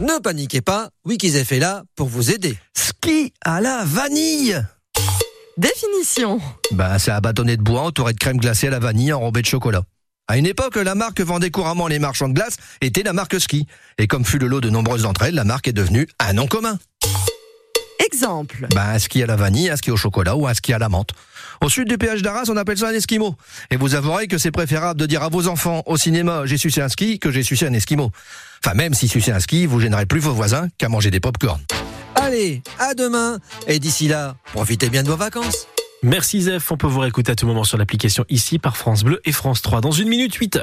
Ne paniquez pas, Wikizef est là pour vous aider. Ski à la vanille Définition. Bah, c'est un bâtonnet de bois entouré de crème glacée à la vanille enrobée de chocolat. À une époque, la marque vendait couramment les marchands de glace était la marque ski. Et comme fut le lot de nombreuses d'entre elles, la marque est devenue un nom commun. Exemple. Bah, un ski à la vanille, un ski au chocolat ou un ski à la menthe. Au sud du péage d'Arras, on appelle ça un esquimau. Et vous avouerez que c'est préférable de dire à vos enfants au cinéma j'ai sucé un ski que j'ai sucé un esquimau. Enfin, même si sucer un ski, vous gênerez plus vos voisins qu'à manger des pop-corn. Allez, à demain et d'ici là, profitez bien de vos vacances. Merci Zef, on peut vous réécouter à tout moment sur l'application ici par France Bleu et France 3 dans une minute 8 heures.